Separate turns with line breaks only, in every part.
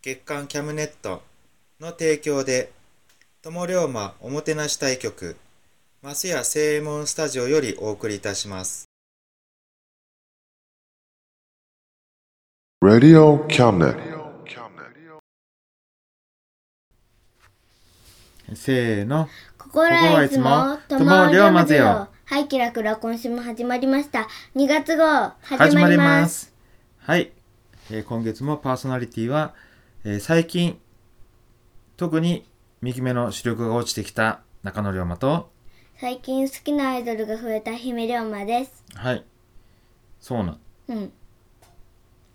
月刊キャムネットの提供で、友龍馬おもてなし対局、マスヤ正右衛門スタジオよりお送りいたします。
Radio Cabinet.
せーの。
心はいつも
心はいつも
友を両まぜ
友を両ま
よはいキラクラ今週も始まりました2月号
始
始
ま
ま
り
り
ま
ます
す。はい、えー今月もパーソナリティは、えー最近、特に右目の視力が落ちてきた中野龍馬と、
最近好きなアイドルが増えた姫龍馬です
はい、そうなん。
うん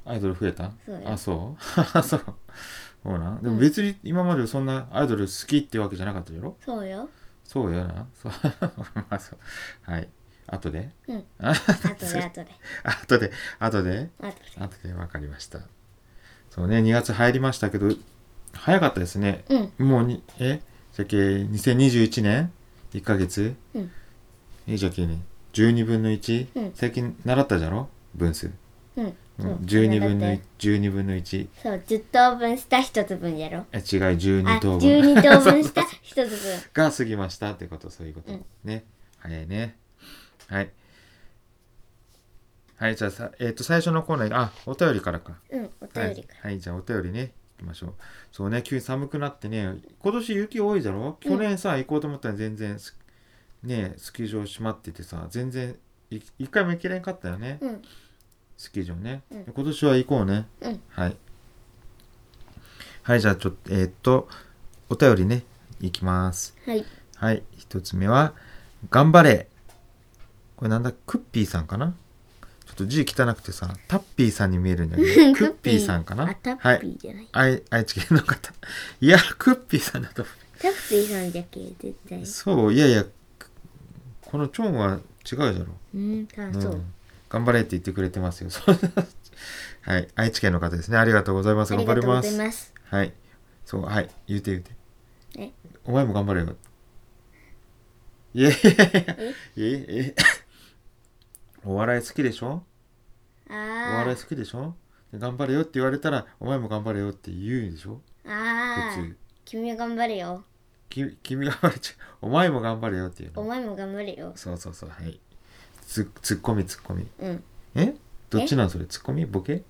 アイドル増えた
そうよ
あ、そうそう。 そうなん。でも別に今までそんなアイドル好きってわけじゃなかったやろ
そうよ
そうよな。そう。 まあそう。はい。後で
うん
あ
あとであとで
後で、後で
あとで
後で分かりましたそうね2月入りましたけど早かったですね、
うん
もうにえじゃけ2021年1ヶ月、
うん
いいじゃけね12分の1、
うん
最近習ったじゃろ分数、
うん
うん
そう
12分の
だっ
1
て
12分の1
そう10等分した1つ分やろ
え違う
あ
12等分
12等分した1つ分
が過ぎましたってことそういうこと、
うん
ね早いねはいはいじゃあさえっ、と最初のコーナーあお便りからか
うんお便りか
はい、はい、じゃあお便りね行きましょうそうね急に寒くなってね今年雪多いだろ
うん
去年さ、行こうと思ったら全然すねスキー場閉まっててさ全然い一回も行けなかったよね、
らうん
スキー場ね、
うん
今年は行こうね、
うん
はいはいじゃあちょっとえーっとお便りね行きます
はい
はい一つ目は「頑張れ」これなんだクッピーさんかなちょっと字汚くてさタッピーさんに見えるんだけ どクッピーさんかな
あ
は
タッ
い
ピーじゃない
愛愛知県の方。 いや、クッピーさんだと思
タッピーさんじゃけ絶対
う。そう、いやいや、このチョンは違うだろ
うんあ
う。。
そうん
頑張れって言ってくれてますよ。 そうはい。愛知県の方ですね。ありがとうございます。
あ
頑
り
張
が
り
とうご
ま
ざい
す。
ます
はい。そう、はい。言うて言うて。
え
お前も頑張れよ。いやいやいや
え
ええ お笑い好きでしょお
あ
笑い
ー
好きでしょで頑張れよって言われたら、お前も頑張れよって言うでしょ
あ
普
ー
通。
君は頑張れよ
き君が頑張れちゃうお前も頑張れよっていうの
お前も頑張れよ
そうそうそうはいつツッコミツッコミ
うん
えどっちなんそれツッコミボケ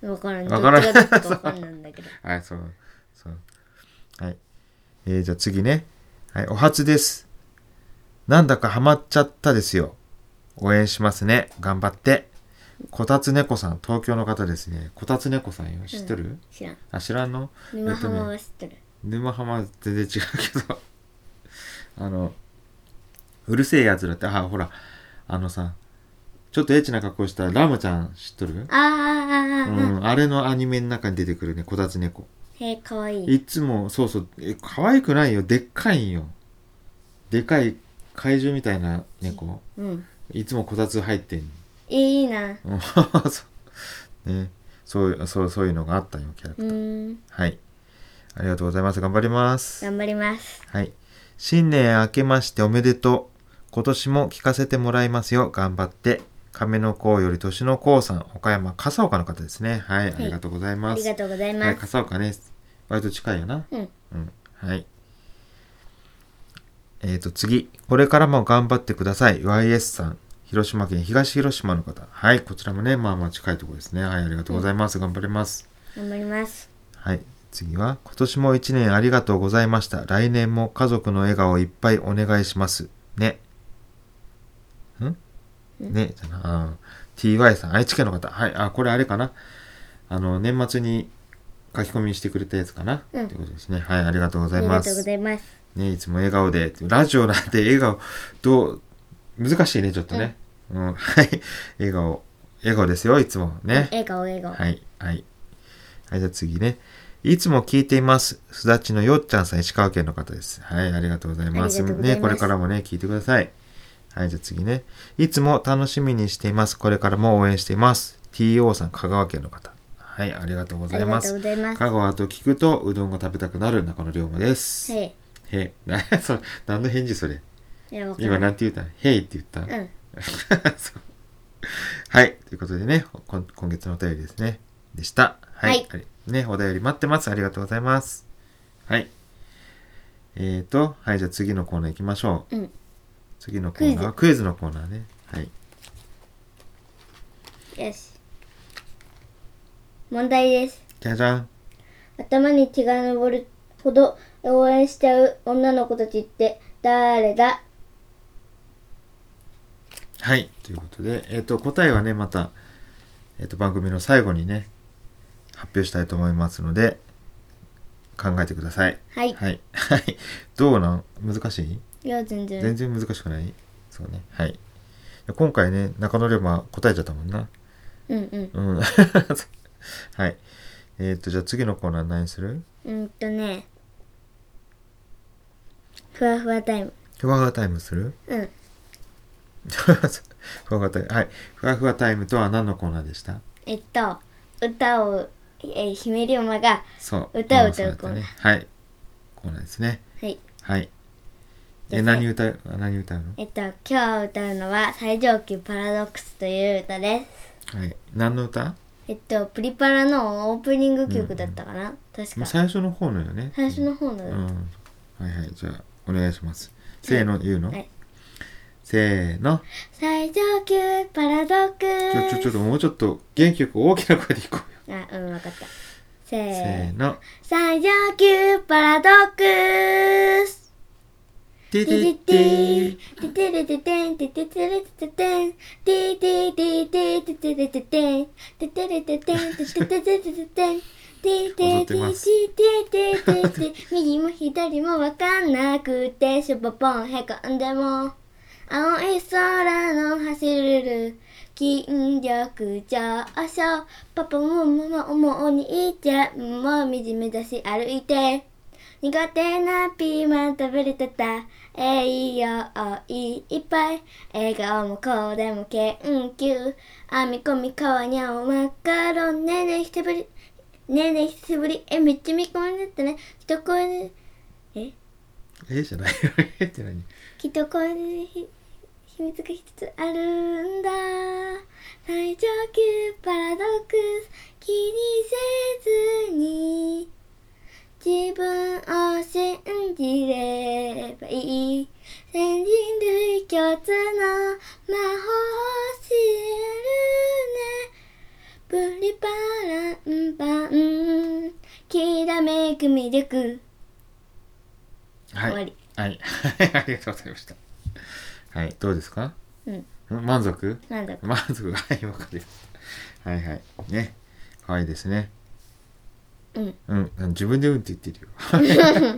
分からん
わからん
どっちがどっちか分かんないんだけど
はいそうそうはいえー、じゃあ次ねはいお初ですなんだかハマっちゃったですよ応援しますね頑張ってこたつ猫さん東京の方ですねこたつ猫さんよ知ってる、
知らん
あ知らんの
沼ハマ
えっ
は知ってる、
う
ああああああ、
ん、あれのアニメの中に出てくるねこたつ猫
へえかわいい
いつもそうそうえ可愛くないよでっかいんよでかい怪獣みたいな猫
うん
いつもこたつ入ってんの
いいな
うん そうねそうそうそういうのがあったよキャラクター
うーん
はい。ありがとうございます。頑張ります。
頑張ります。
はい。新年明けましておめでとう。今年も聞かせてもらいますよ。頑張って。亀の甲より年の甲さん、岡山、笠岡の方ですね。はい。ありがとうござい
あ
ます。
りがとうござい
は
ま
い、
す。
笠岡ね、割と近いよな。
うん。
うん。はい。えっ、と、次。これからも頑張ってください。YS さん。広島県東広島の方。はい。こちらもね、まあまあ近いところですね。はい。ありがとうございます。頑張ります。
頑張ります。
はい。次は、今年も一年ありがとうございました。来年も家族の笑顔いっぱいお願いします。ね。んね、じゃな。あー TY さん、愛知県の方。はい。あ、これあれかな。あの、年末に書き込みしてくれたやつかな。
うん
ってことですね。はい。ありがとうご
あ
ざい
り
ま
がとう
す
ご。ざいます。
ね、いつも笑顔で。ラジオなんて笑顔、どう、難しいね、ちょっとね。うん、はい。笑顔、笑顔ですよ、いつもね。
笑顔、笑顔。
はい、はい。はい、じゃあ次ね。いつも聞いています。すだちのよっちゃんさん、石川県の方です。はい、ありがとうございます。
ありがとうござい
ね、
ます
これからもね、聞いてください。はい、じゃあ次ね。いつも楽しみにしています。これからも応援しています。TO さん、香川県の方。はい、ありがとうご
あ
ざい
りが
ま
とう
す。
ございます。
香川と聞くと、うどんが食べたくなる中野龍馬です。
はい。
へい。な、 それ、何の返事それ。
いや、わかん
今
ない。
なんて言ったへいって言った、
うん。
そうはい。ということでね、こん今月のお便りですね。でした。はい。ね、お便り待ってます。ありがとうございます。はい。えーと、はい、じゃあ次のコーナー行きましょう。
うん
次のコーナーはクイズのコーナーね。はい。
よし。問題です。
じゃじゃん。
頭に血が昇るほど応援しちゃう女の子たちって誰だ
はい。ということで、えっ、と、答えはね、また、えっ、と、番組の最後にね、発表したいと思いますので、考えてください。
はい。
はい。はい。どうなん難しい
いや、全然。
全然難しくないそうねはい今回ね中野龍馬答えちゃったもんな
うん
うん はいえっ、とじゃあ次のコーナー何する
うん。うんとね。ふわふわタイム。
ふわふわタイムする
うん。
ふわふわタイムはいふわふわタイムとは何のコーナーでした
えっと、歌を、えー、姫龍馬が、
そう
歌を歌う
コーナー、はいコーナーですね
はい。
はい
で
え何歌う何歌う
えっと、今日歌うのは、最上級パラドックスという歌です。
のはい何の歌
えっと、プリパラのオープニング曲だったかな、確
もう
か。
最初の方のよね
最初の方
う
の、
んはいはいじゃあお願いしますせーの言うの、
はい
せーの
最上級パラドック
ちょ、ちょ、ちょっ
ス
ともうちょっと元気よく大きな声でいこうよ。
あ、うん、わかった。せ
せ
ー
ー
の。
の。
最上級パラドックス
て
テ
て
ィ
て
ティ
て
ティテレテテンテテテレテテテンティティティティテテレテテンテテレテテンテテテレテテテンティティティティティティティ右も左もわかんなくてシュポポンへこんでも青い空の走るる筋力上昇パパもママもお兄ちゃんもみじめだし歩いて苦手なピーマン食べれてた栄養いっぱい笑顔もこうでも研究編み込み皮にゃおマカロンねえねえ久しぶりねえねえ久しぶりえめっちゃ見込みだったね一声でえ
えじゃないよ。えって何
きっとこれでひ秘密が一つあるんだ最上級パラドックス気にせずに自分を信じればいい先人類共通の魔法を知るねプリパランパンきらめく魅力
はい。
終わり
はい。 はいありがとうございました。はい。どうですか
うん
満足
なんだか
満足はい、わかりました。はいはい。ね。可愛いですね。
うん。
うん。自分でうんって言 ってるよ。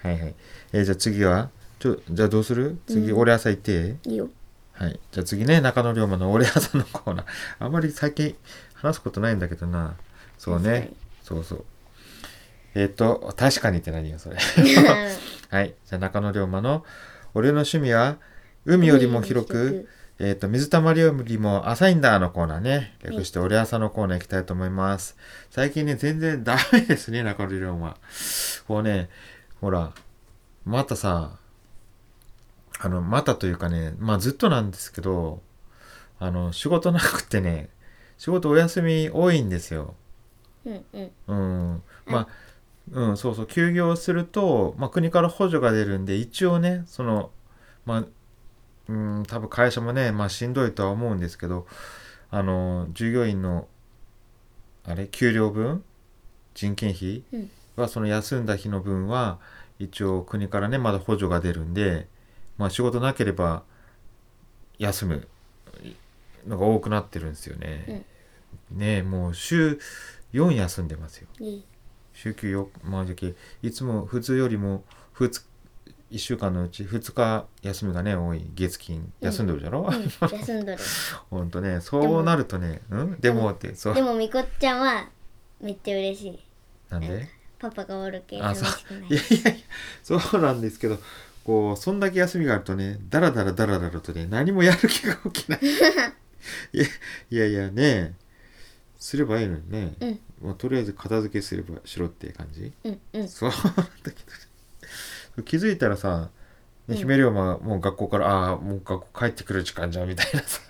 はいはい。えーじゃあ次はちょ、じゃあどうする次、俺朝行って。
い いよ
はい。じゃあ次ね、中野龍馬の俺朝のコーナー。あんまり最近話すことないんだけどな。そう
確か
ね
に。
そうそう。えっ、と、確かにって何よ、それ。 はい。じゃあ中野龍馬の、俺の趣味は、海よりも広く、えっ、と、水たまりよりも浅いんだのコーナーね。略して、俺朝のコーナー行きたいと思います。最近ね、全然 ダメですね、中森龍馬。こうね、ほら、またさ、あの、またというかね、まあずっとなんですけど、あの、仕事なくってね、仕事お休み多いんですよ。
うんうん
うん、まあ、うん、そうそう、休業すると、まあ、国から補助が出るんで、一応ね、その、まあ、うん、多分会社もね、まあ、しんどいとは思うんですけど、あの、従業員の、あれ、給料分、人件費
うん
は、その休んだ日の分は、一応国からね、まだ補助が出るんで、まあ、仕事なければ、休むのが多くなってるんですよね。ねえもう週4休んでますよ。
いい
週休よ、まあ、じゃけいつも普通よりもふつ1週間のうち2日休みがね多い月金休んでるじゃろ、
うん 休んどる
ほんとねそうなるとねうんでもってそう
でもみこっちゃんはめっちゃ嬉しい
なんで
パパがおるけ
あそ
寂
う
しくない
いやいやいやそうなんですけどこうそんだけ休みがあるとねだらだらだらだらとね何もやる気が起 きないいやいやいやねすればいいのにね、
うん
まあ、とりあえず片付けすればしろっていう感じ
うんうん
そう なんだけど気づいたらさ、
う
ね、
ん
姫龍馬はもう学校から、ああもう学校帰ってくる時間じゃんみたいな さ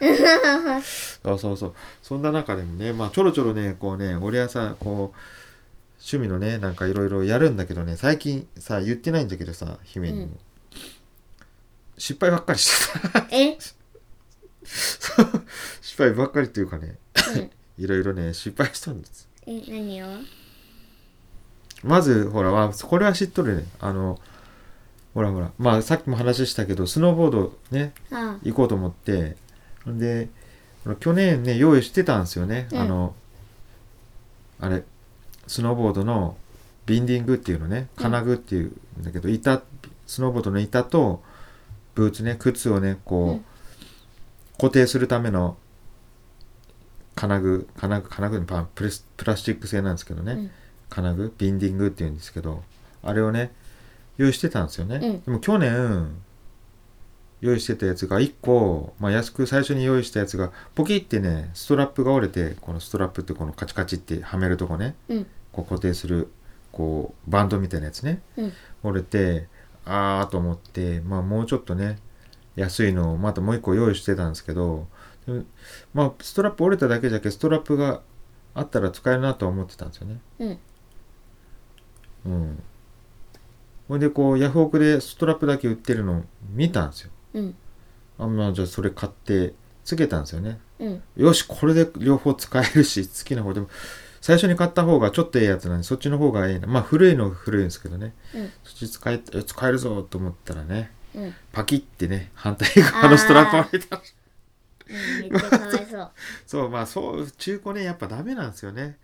そうそうそうそんな中でもねまあちょろちょろねこうね俺はさこう趣味のねなんかいろいろやるんだけどね最近さ言ってないんだけどさ姫にも、
うん
失敗ばっかりしてた
え
そう失敗ばっかりっていうかね
うん
いろいろね失敗したんです
え何を
まず、ほら、わこれは知っとるね。あの、ほらほら、まあさっきも話したけど、スノーボードね、
あ
行こうと思って、で、ほら去年ね、用意してたんですよね。
うん
あの、あれ、スノーボードのビンディングっていうのね、金具っていうんだけど、板、スノーボードの板と、ブーツね、靴をね、こう、
うん
固定するための金具、金具、金具のパンプレスプラスチック製なんですけどね。
うん
金具ビンディングっていうんですけどあれをね用意してたんですよね、
うん
でも去年用意してたやつが1個、まあ、安く最初に用意したやつがポキってねストラップが折れてこのストラップってこのカチカチってはめるとこね
うん
こう固定するこうバンドみたいなやつね
うん
折れてあーと思って、まあ、もうちょっとね安いのをまたもう1個用意してたんですけどでもまあストラップ折れただけじゃけストラップがあったら使えるなとは思ってたんですよね
うん
うん。ほんでこうヤフオクでストラップだけ売ってるの見たんですよ。
うん
あまあじゃあそれ買ってつけたんですよね。
うん
よしこれで両方使えるし好きな方でも最初に買った方がちょっとええやつなんでそっちの方がええなまあ古いのは古いんですけどね
うん
そっち使ええ使えるぞと思ったらね
うん
パキってね反対側のストラップを入れた
うんめっちゃかわいそう
そうまあそう中古ねやっぱダメなんですよね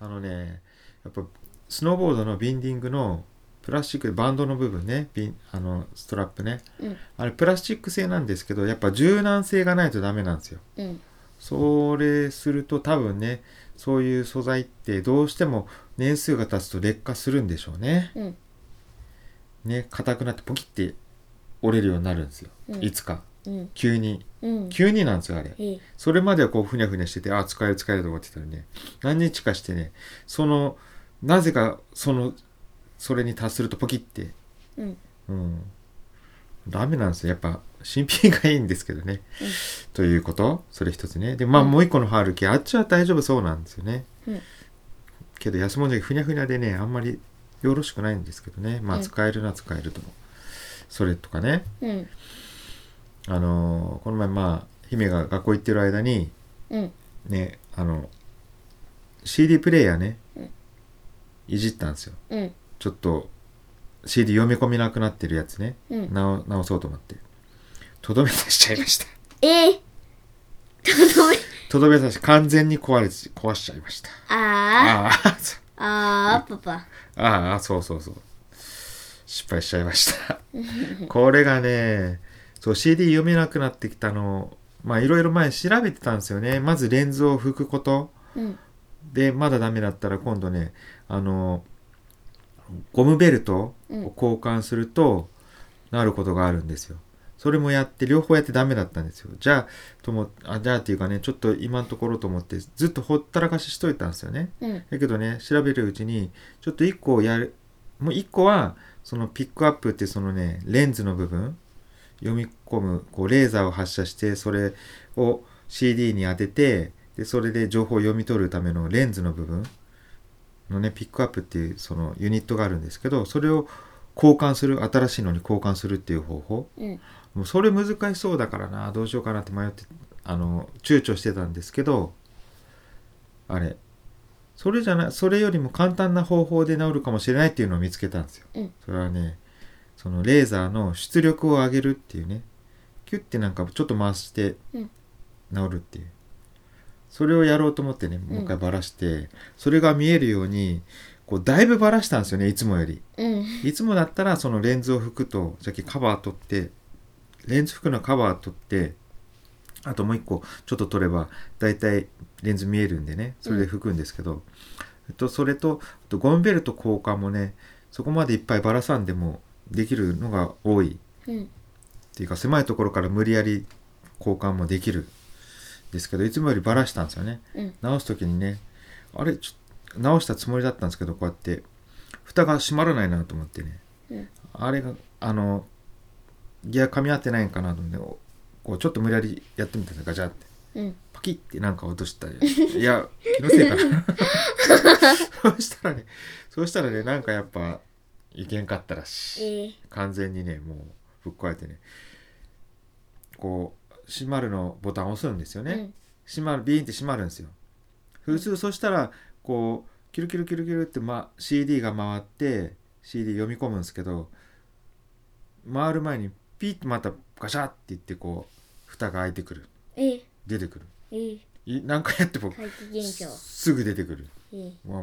あのねやっぱスノーボードのビンディングのプラスチックバンドの部分ねビンあのストラップね
うん
あれプラスチック製なんですけどやっぱ柔軟性がないとダメなんですよ
うん
それすると多分ねそういう素材ってどうしても年数が経つと劣化するんでしょうね
うん
ね硬くなってポキって折れるようになるんですよ、
うん
いつか
うん
急に
うん
急になんですよあれ
いい
それまではこうふにゃふにゃしててあ使える使えると思ってたのにね何日かしてねそのなぜかそのそれに達するとポキって
うん
うんダメなんですよやっぱ新品がいいんですけどね、
うん
ということそれ一つねでまあ
うん
もう一個の歯歩きあっちは大丈夫そうなんですよね、
うん
けど安物じゃふにゃふにゃでねあんまりよろしくないんですけどねま
う
あ
ん
使えるな使えるとも、それとかね
うん
あのーこの前まあ姫が学校行ってる間に
うん
ねあの CD プレイヤーね、
うん
いじったんですよ
うん
ちょっと CD 読み込めなくなってるやつね、
うん
直直そうと思ってとどめさしちゃいました
え えとどめ
とどめさし完全に壊れち壊しちゃいましたあ
あ
あそう
あああパパ
ああそうそうそう失敗しちゃいましたこれがねそう CD 読めなくなってきたのをまあいろいろ前調べてたんですよねまずレンズを拭くこと
うん
でまだダメだったら今度ねあのゴムベルトを交換するとなることがあるんですよ。そそれもやって両方やってダメだったんですよじゃあともあじゃあっていうかねちょっと今のところと思ってずっとほったらかししといたんですよね
うん
だけどね調べるうちにちょっと1個やるもう1個はそのピックアップってそのねレンズの部分読み込むこうレーザーを発射してそれを CD に当ててでそれで情報を読み取るためのレンズの部分のねピックアップっていうそのユニットがあるんですけどそれを交換する新しいのに交換するっていう方法
うん
もうそれ難しそうだからなどうしようかなって迷ってあの躊躇してたんですけどあれそれじゃないそれよりも簡単な方法で治るかもしれないっていうのを見つけたんですよ、
うん
それはねそのレーザーの出力を上げるっていうねキュッてなんかちょっと回して
うん
治るっていう、それをやろうと思ってねもう一回バラして、それが見えるようにこうだいぶバラしたんですよねいつもより
うん
いつもだったらそのレンズを拭くとさっきカバー取ってレンズ拭くのカバー取ってあともう一個ちょっと取ればだいたいレンズ見えるんでねそれで拭くんですけど、えっと、それとあとゴムベルト交換もねそこまでいっぱいばらさんでもできるのが多い
うん
っていうか狭いところから無理やり交換もできるんですけどいつもよりばらしたんですよね
うん
直す時にねあれちょ直したつもりだったんですけどこうやって蓋が閉まらないなと思ってね、
うん
あれがあのギア噛み合ってないんかなと思っておこうちょっと無理やりやってみたらガチャって
うん
パキッてなんか落とした りいや気のせいかなそうしたらねそうしたらねなんかやっぱいけんかったらしい。
ええ
完全にねもうぶっ壊れてねこう閉まるのボタンを押すんですよね、
うん
閉まるビーンって閉まるんですよ普通そしたらこうキュルキュルキュルキュルって、ま、CD が回って CD 読み込むんですけど回る前にピッてまたガシャって言ってこう蓋が開いてくる
ええ
出てくる
ええ
い何回やっても
怪奇現象
すぐ出てくる
え
まあ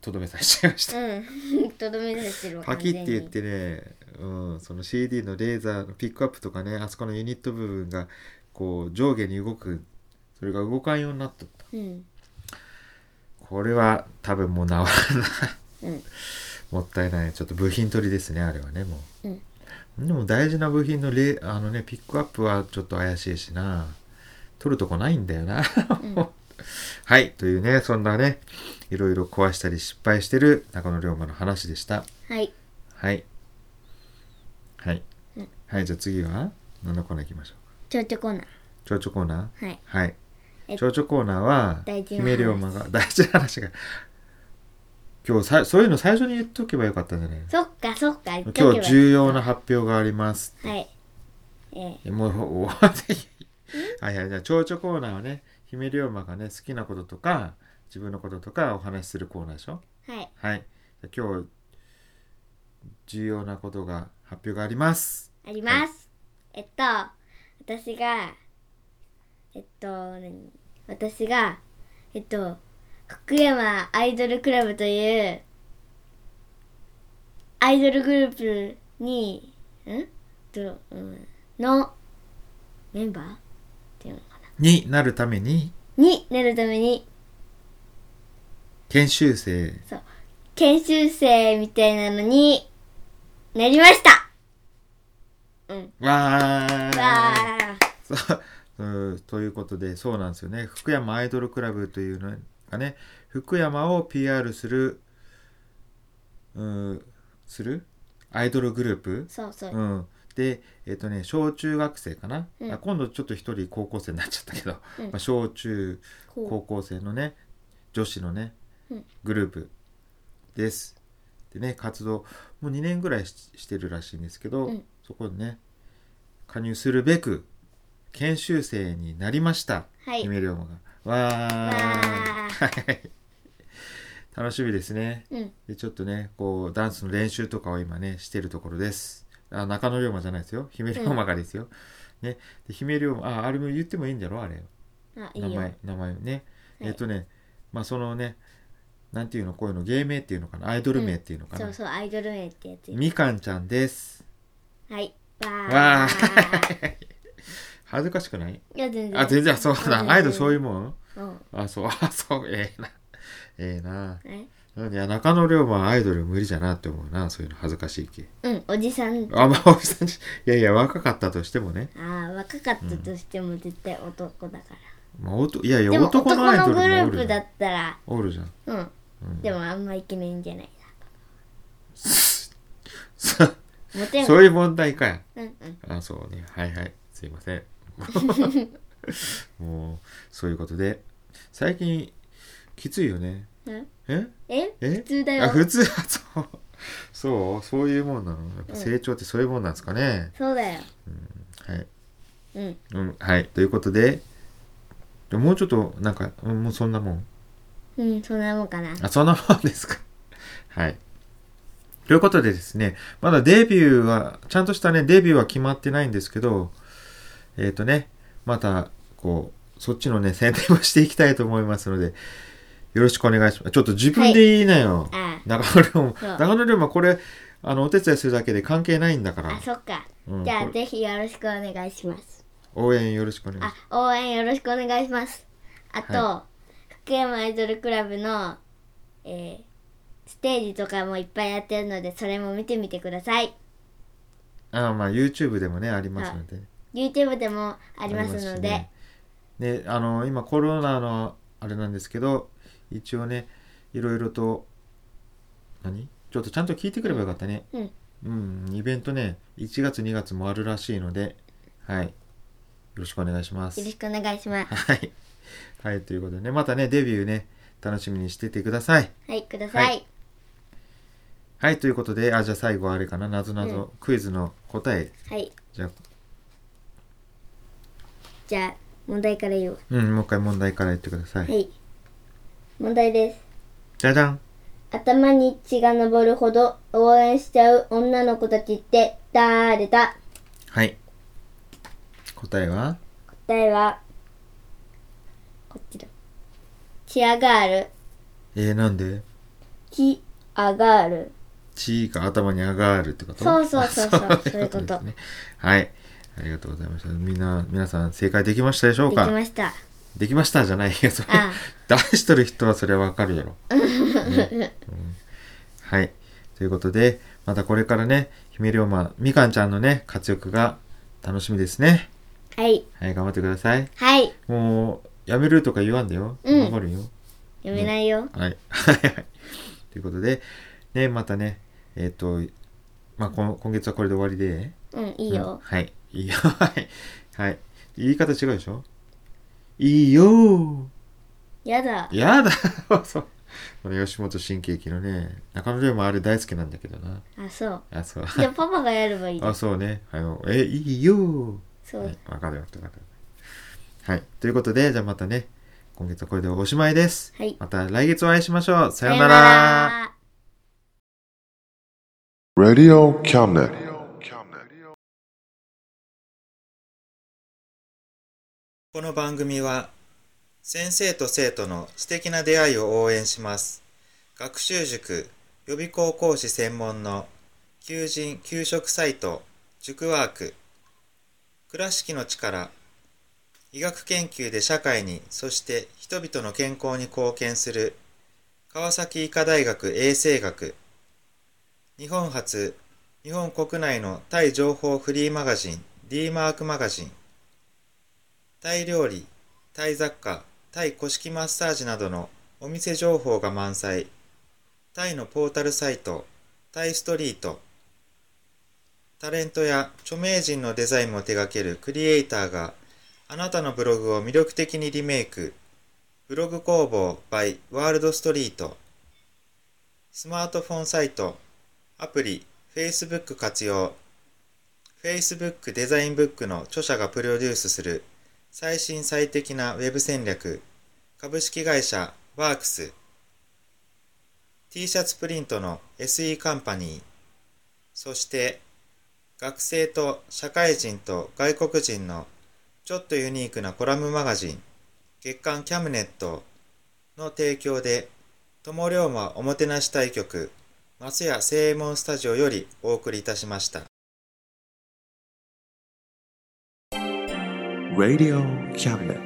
とどめさせちゃいました
えうんとどめ出してるわ
パキって言っ
完
てね、うん、その CD のレーザーのピックアップとかねあそこのユニット部分がこう上下に動くそれが動かんようになっとった
全に
これは多分もう治らない
うんうん
もったいないちょっと部品取りですねあれはねもう、
うん
でも大事な部品のレあのねピックアップはちょっと怪しいしな取るとこないんだよな
うん
はいというねそんなねいろいろ壊したり失敗してる中野龍馬の話でした
はい
はい。はい。
うん
はい、じゃあ次は何のコーナー行きましょう
ちょちょこな
蝶々コーナ
はい
ーはい
え。っ
蝶々コーナーは、
大事な
姫
話
龍馬が、大事な話が。今日さ、そういうの最初に言っとけばよかったんじゃないの
そっかそっか言っとけば
今日重要な発表があります。
はいええ
もう、終わっていいはいはい、じゃあ蝶々コーナーはね、姫龍馬がね、好きなこととか、自分のこととかお話しするコーナーでしょ
はい
はい。じゃあ今日、重要なことが、発表があります。
あります、えっと私がえっと何私がえっと福山アイドルクラブというアイドルグループにんと、うん、のメンバーっていうのか
になるために
なになるために
研修生
研修生みたいなのになりました
わー
わ
そううんということでそうなんですよね福山アイドルクラブというのがね福山を PR するうんするアイドルグループ
ー、そうそう、
うん、でえっ、とね小中学生かな、
うん
あ今度ちょっと一人高校生になっちゃったけど、
うん
まあ、小中高
こ
校生のね女子のね、
うん
グループです。でね活動もう2年ぐらいししてるらしいんですけど、
うん
そこにね加入するべく研修生になりました、
うはい
姫龍馬が。わー
わ
はい楽しみですね。
うん
でちょっとねこうダンスの練習とかを今ねしてるところです。あ中野龍馬じゃないですよ姫龍馬がですよ。ねで姫龍馬ああれも言ってもいいんだろあれ。
あいい
名
よ
前名前ね、
はい
えっとねまあそのねなんていうのこういうの芸名っていうのかなアイドル名っていうのかな、
そうそうアイドル名ってやつよ
みかんちゃんです
はいわー
わー恥ずかしくない
いや全然
あ全然そう
全
だ
然
アイドルそういうもん
うん
あそうあそうええなええな
え
なんかいや中野龍馬はアイドル無理じゃなって思うなそういうの恥ずかしいけ
うん、おじさん。
あまあおじさんじいやいや若かったとしてもね、
ああ、若かったとしても絶対男だから。
まあ、おといやいや
でも男
男のアイド
の
ルも
グル
おる
ープ
じ
だ
ゃん
ったら、
おるじゃん
うん。でもあんまイケメンじゃない
さ
な。モテな い。
そういう問題かや
うんうん。
あそうねはいはいすいませんもうそういうことで最近きついよね
うん
え
え
え
普通だよ
あ普通そうそうそういうもんなのやっぱ成長ってそういうもんなんですかね、
そうだよ。
はい、
うん。
うん、はいということででもうちょっとなんかうんもうそんなもん
うん、そんなもんかな。
あそんなもんですかはいということでですねまだデビューはちゃんとしたねデビューは決まってないんですけどえっ、とねまたこうそっちのね宣伝をしていきたいと思いますのでよろしくお願いしますちょっと自分で言いなよ、
あ
中野龍
そう
馬中野龍馬これあのお手伝いするだけで関係ないんだから
あ、そっか。
うん
じ
こ
ゃあ、
れ
ぜひよろしくお願いします。
応援よろしくお願いしま
あ
す、
応援よろしくお願いします。あと、
は
福山アイドルクラブの、えーステージとかもいっぱいやってるので、それも見てみてください。
あまあ YouTube でもねありますので、ね
YouTube でもありますので、
ねねあの今コロナのあれなんですけど一応ねいろいろと何ちょっとちゃんと聞いてくればよかったね
うん
うん、イベントね1月2月もあるらしいのではいよろしくお願いします
よろしくお願いします。
はいはいということでねまたねデビューね楽しみにしててください
はい、ください。
はいはいということであじゃあ最後はあれかななぞなぞクイズの答え
はい、
じゃあ
じゃあ、問題から言おう。
うんもう一回問題から言ってください、
はい。問題です。
じゃじゃん
頭に血が昇るほど応援しちゃう女の子たちって誰だ
はい答えは
答えは、こっちだ。チアガール、
えー、なんで
チアガール。
地位が頭に上がるってこと
そうそうそうそう
あ
そういうこと
ですねはい。ありがとうございました。みんな、皆さん正解できましたでしょ
で
う
き
か
ました。
できましたじゃないよ。それ
あ あ
出しとる人はそれはわかるや ろ、ねうんはい。ということで、またこれからね、姫龍馬、みかんちゃんのね、活躍が楽しみですね。
はい。
はい、頑張ってください。
はい。
もう、やめるとか言わんだよ。
うん
頑張るよ。
読めないよ。
はい。 はいはい。ということで、ね、またね、えっ、と、まあ、この今月はこれで終わりで。
うん、いい
うん
よ。
はい。いいよ。 はい。はい。言い方違うでしょいいよー
やだ。
やだ そう。この吉本新喜劇のね、中野龍馬あれ大好きなんだけどな。
あ、そう。
あ、そう。
じゃあパパがやれ ばいいじゃ
あ、
ん。
そうね。あの、え、いいよー
そう。
はい。わかるよ、わかるよ。はい。ということで、じゃあまたね、今月はこれでおしまいです。
はい
また来月お会いしましょう。さような
さ
ら。
よな。
Radio Cabinet. Radio
この番組は先生と生徒の素敵な出会いを応援します学習塾予備高校師専門の求人・給食サイト塾ワーク倉敷の力医学研究で社会にそして人々の健康に貢献する川崎医科大学衛生学日本初日本国内のタイ情報フリーマガジン D マークマガジンタイ料理、タイ雑貨、タイ古式マッサージなどのお店情報が満載。タイのポータルサイト、タイストリート。タレントや著名人のデザインも手掛けるクリエイターがあなたのブログを魅力的にリメイク。ブログ工房 by ワールドストリート。スマートフォンサイト、アプリ、Facebook 活用。Facebook デザインブックの著者がプロデュースする最新最適なウェブ戦略株式会社ワークス t シャツプリントの SE カンパニーそして学生と社会人と外国人のちょっとユニークなコラムマガジン月刊キャムネットの提供で友龍馬おもてなし対局松屋正右衛門スタジオよりお送りいたしました。
Cabinet.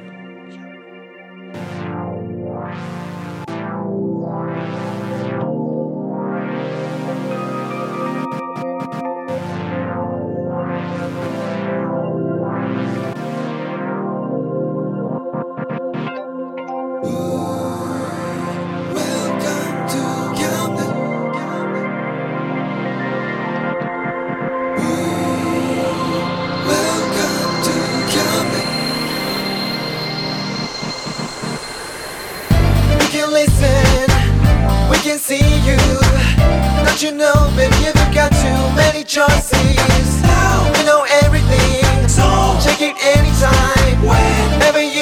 can listen, we can see you. Don't you know, baby, you've got too many choices. Now we know everything, so check it anytime, whenever you